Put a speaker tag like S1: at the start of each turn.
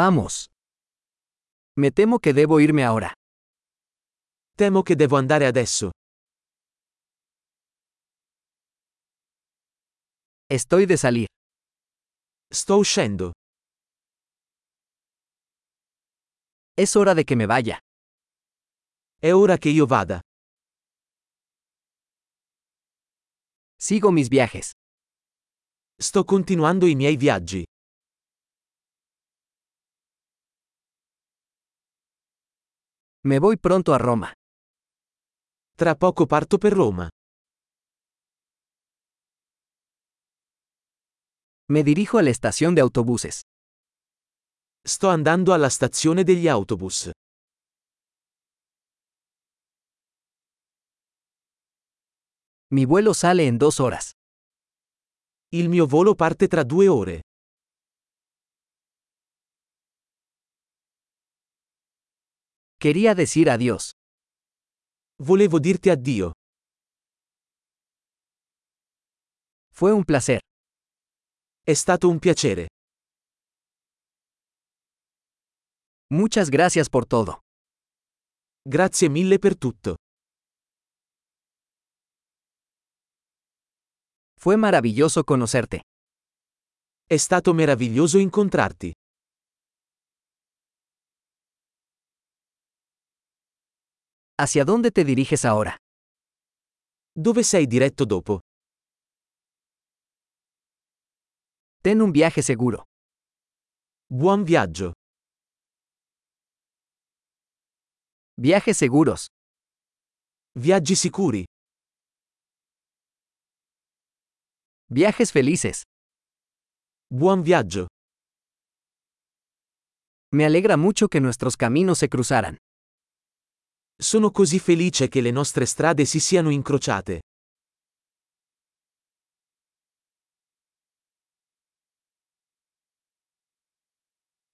S1: Vamos. Me temo que debo irme ahora.
S2: Temo che devo andare adesso.
S1: Estoy de salir.
S2: Sto uscendo.
S1: Es hora de que me vaya.
S2: È ora che io vada.
S1: Sigo mis viajes.
S2: Sto continuando i miei viaggi.
S1: Me voy pronto a Roma.
S2: Tra poco parto per Roma.
S1: Me dirijo a la estación de autobuses.
S2: Sto andando alla stazione degli autobus.
S1: Mi vuelo sale en dos horas.
S2: Il mio volo parte tra due ore.
S1: Quería decir adiós.
S2: Volevo dirti addio.
S1: Fue un placer.
S2: È stato un piacere.
S1: Muchas gracias por todo.
S2: Grazie mille per tutto.
S1: Fue maravilloso conocerte.
S2: È stato meraviglioso incontrarti.
S1: ¿Hacia dónde te diriges ahora?
S2: Dove sei diretto dopo?
S1: Ten un viaje seguro.
S2: Buon viaggio.
S1: Viajes seguros.
S2: Viaggi sicuri.
S1: Viajes felices.
S2: Buon viaggio.
S1: Me alegra mucho que nuestros caminos se cruzaran.
S2: Sono così felice che le nostre strade si siano incrociate.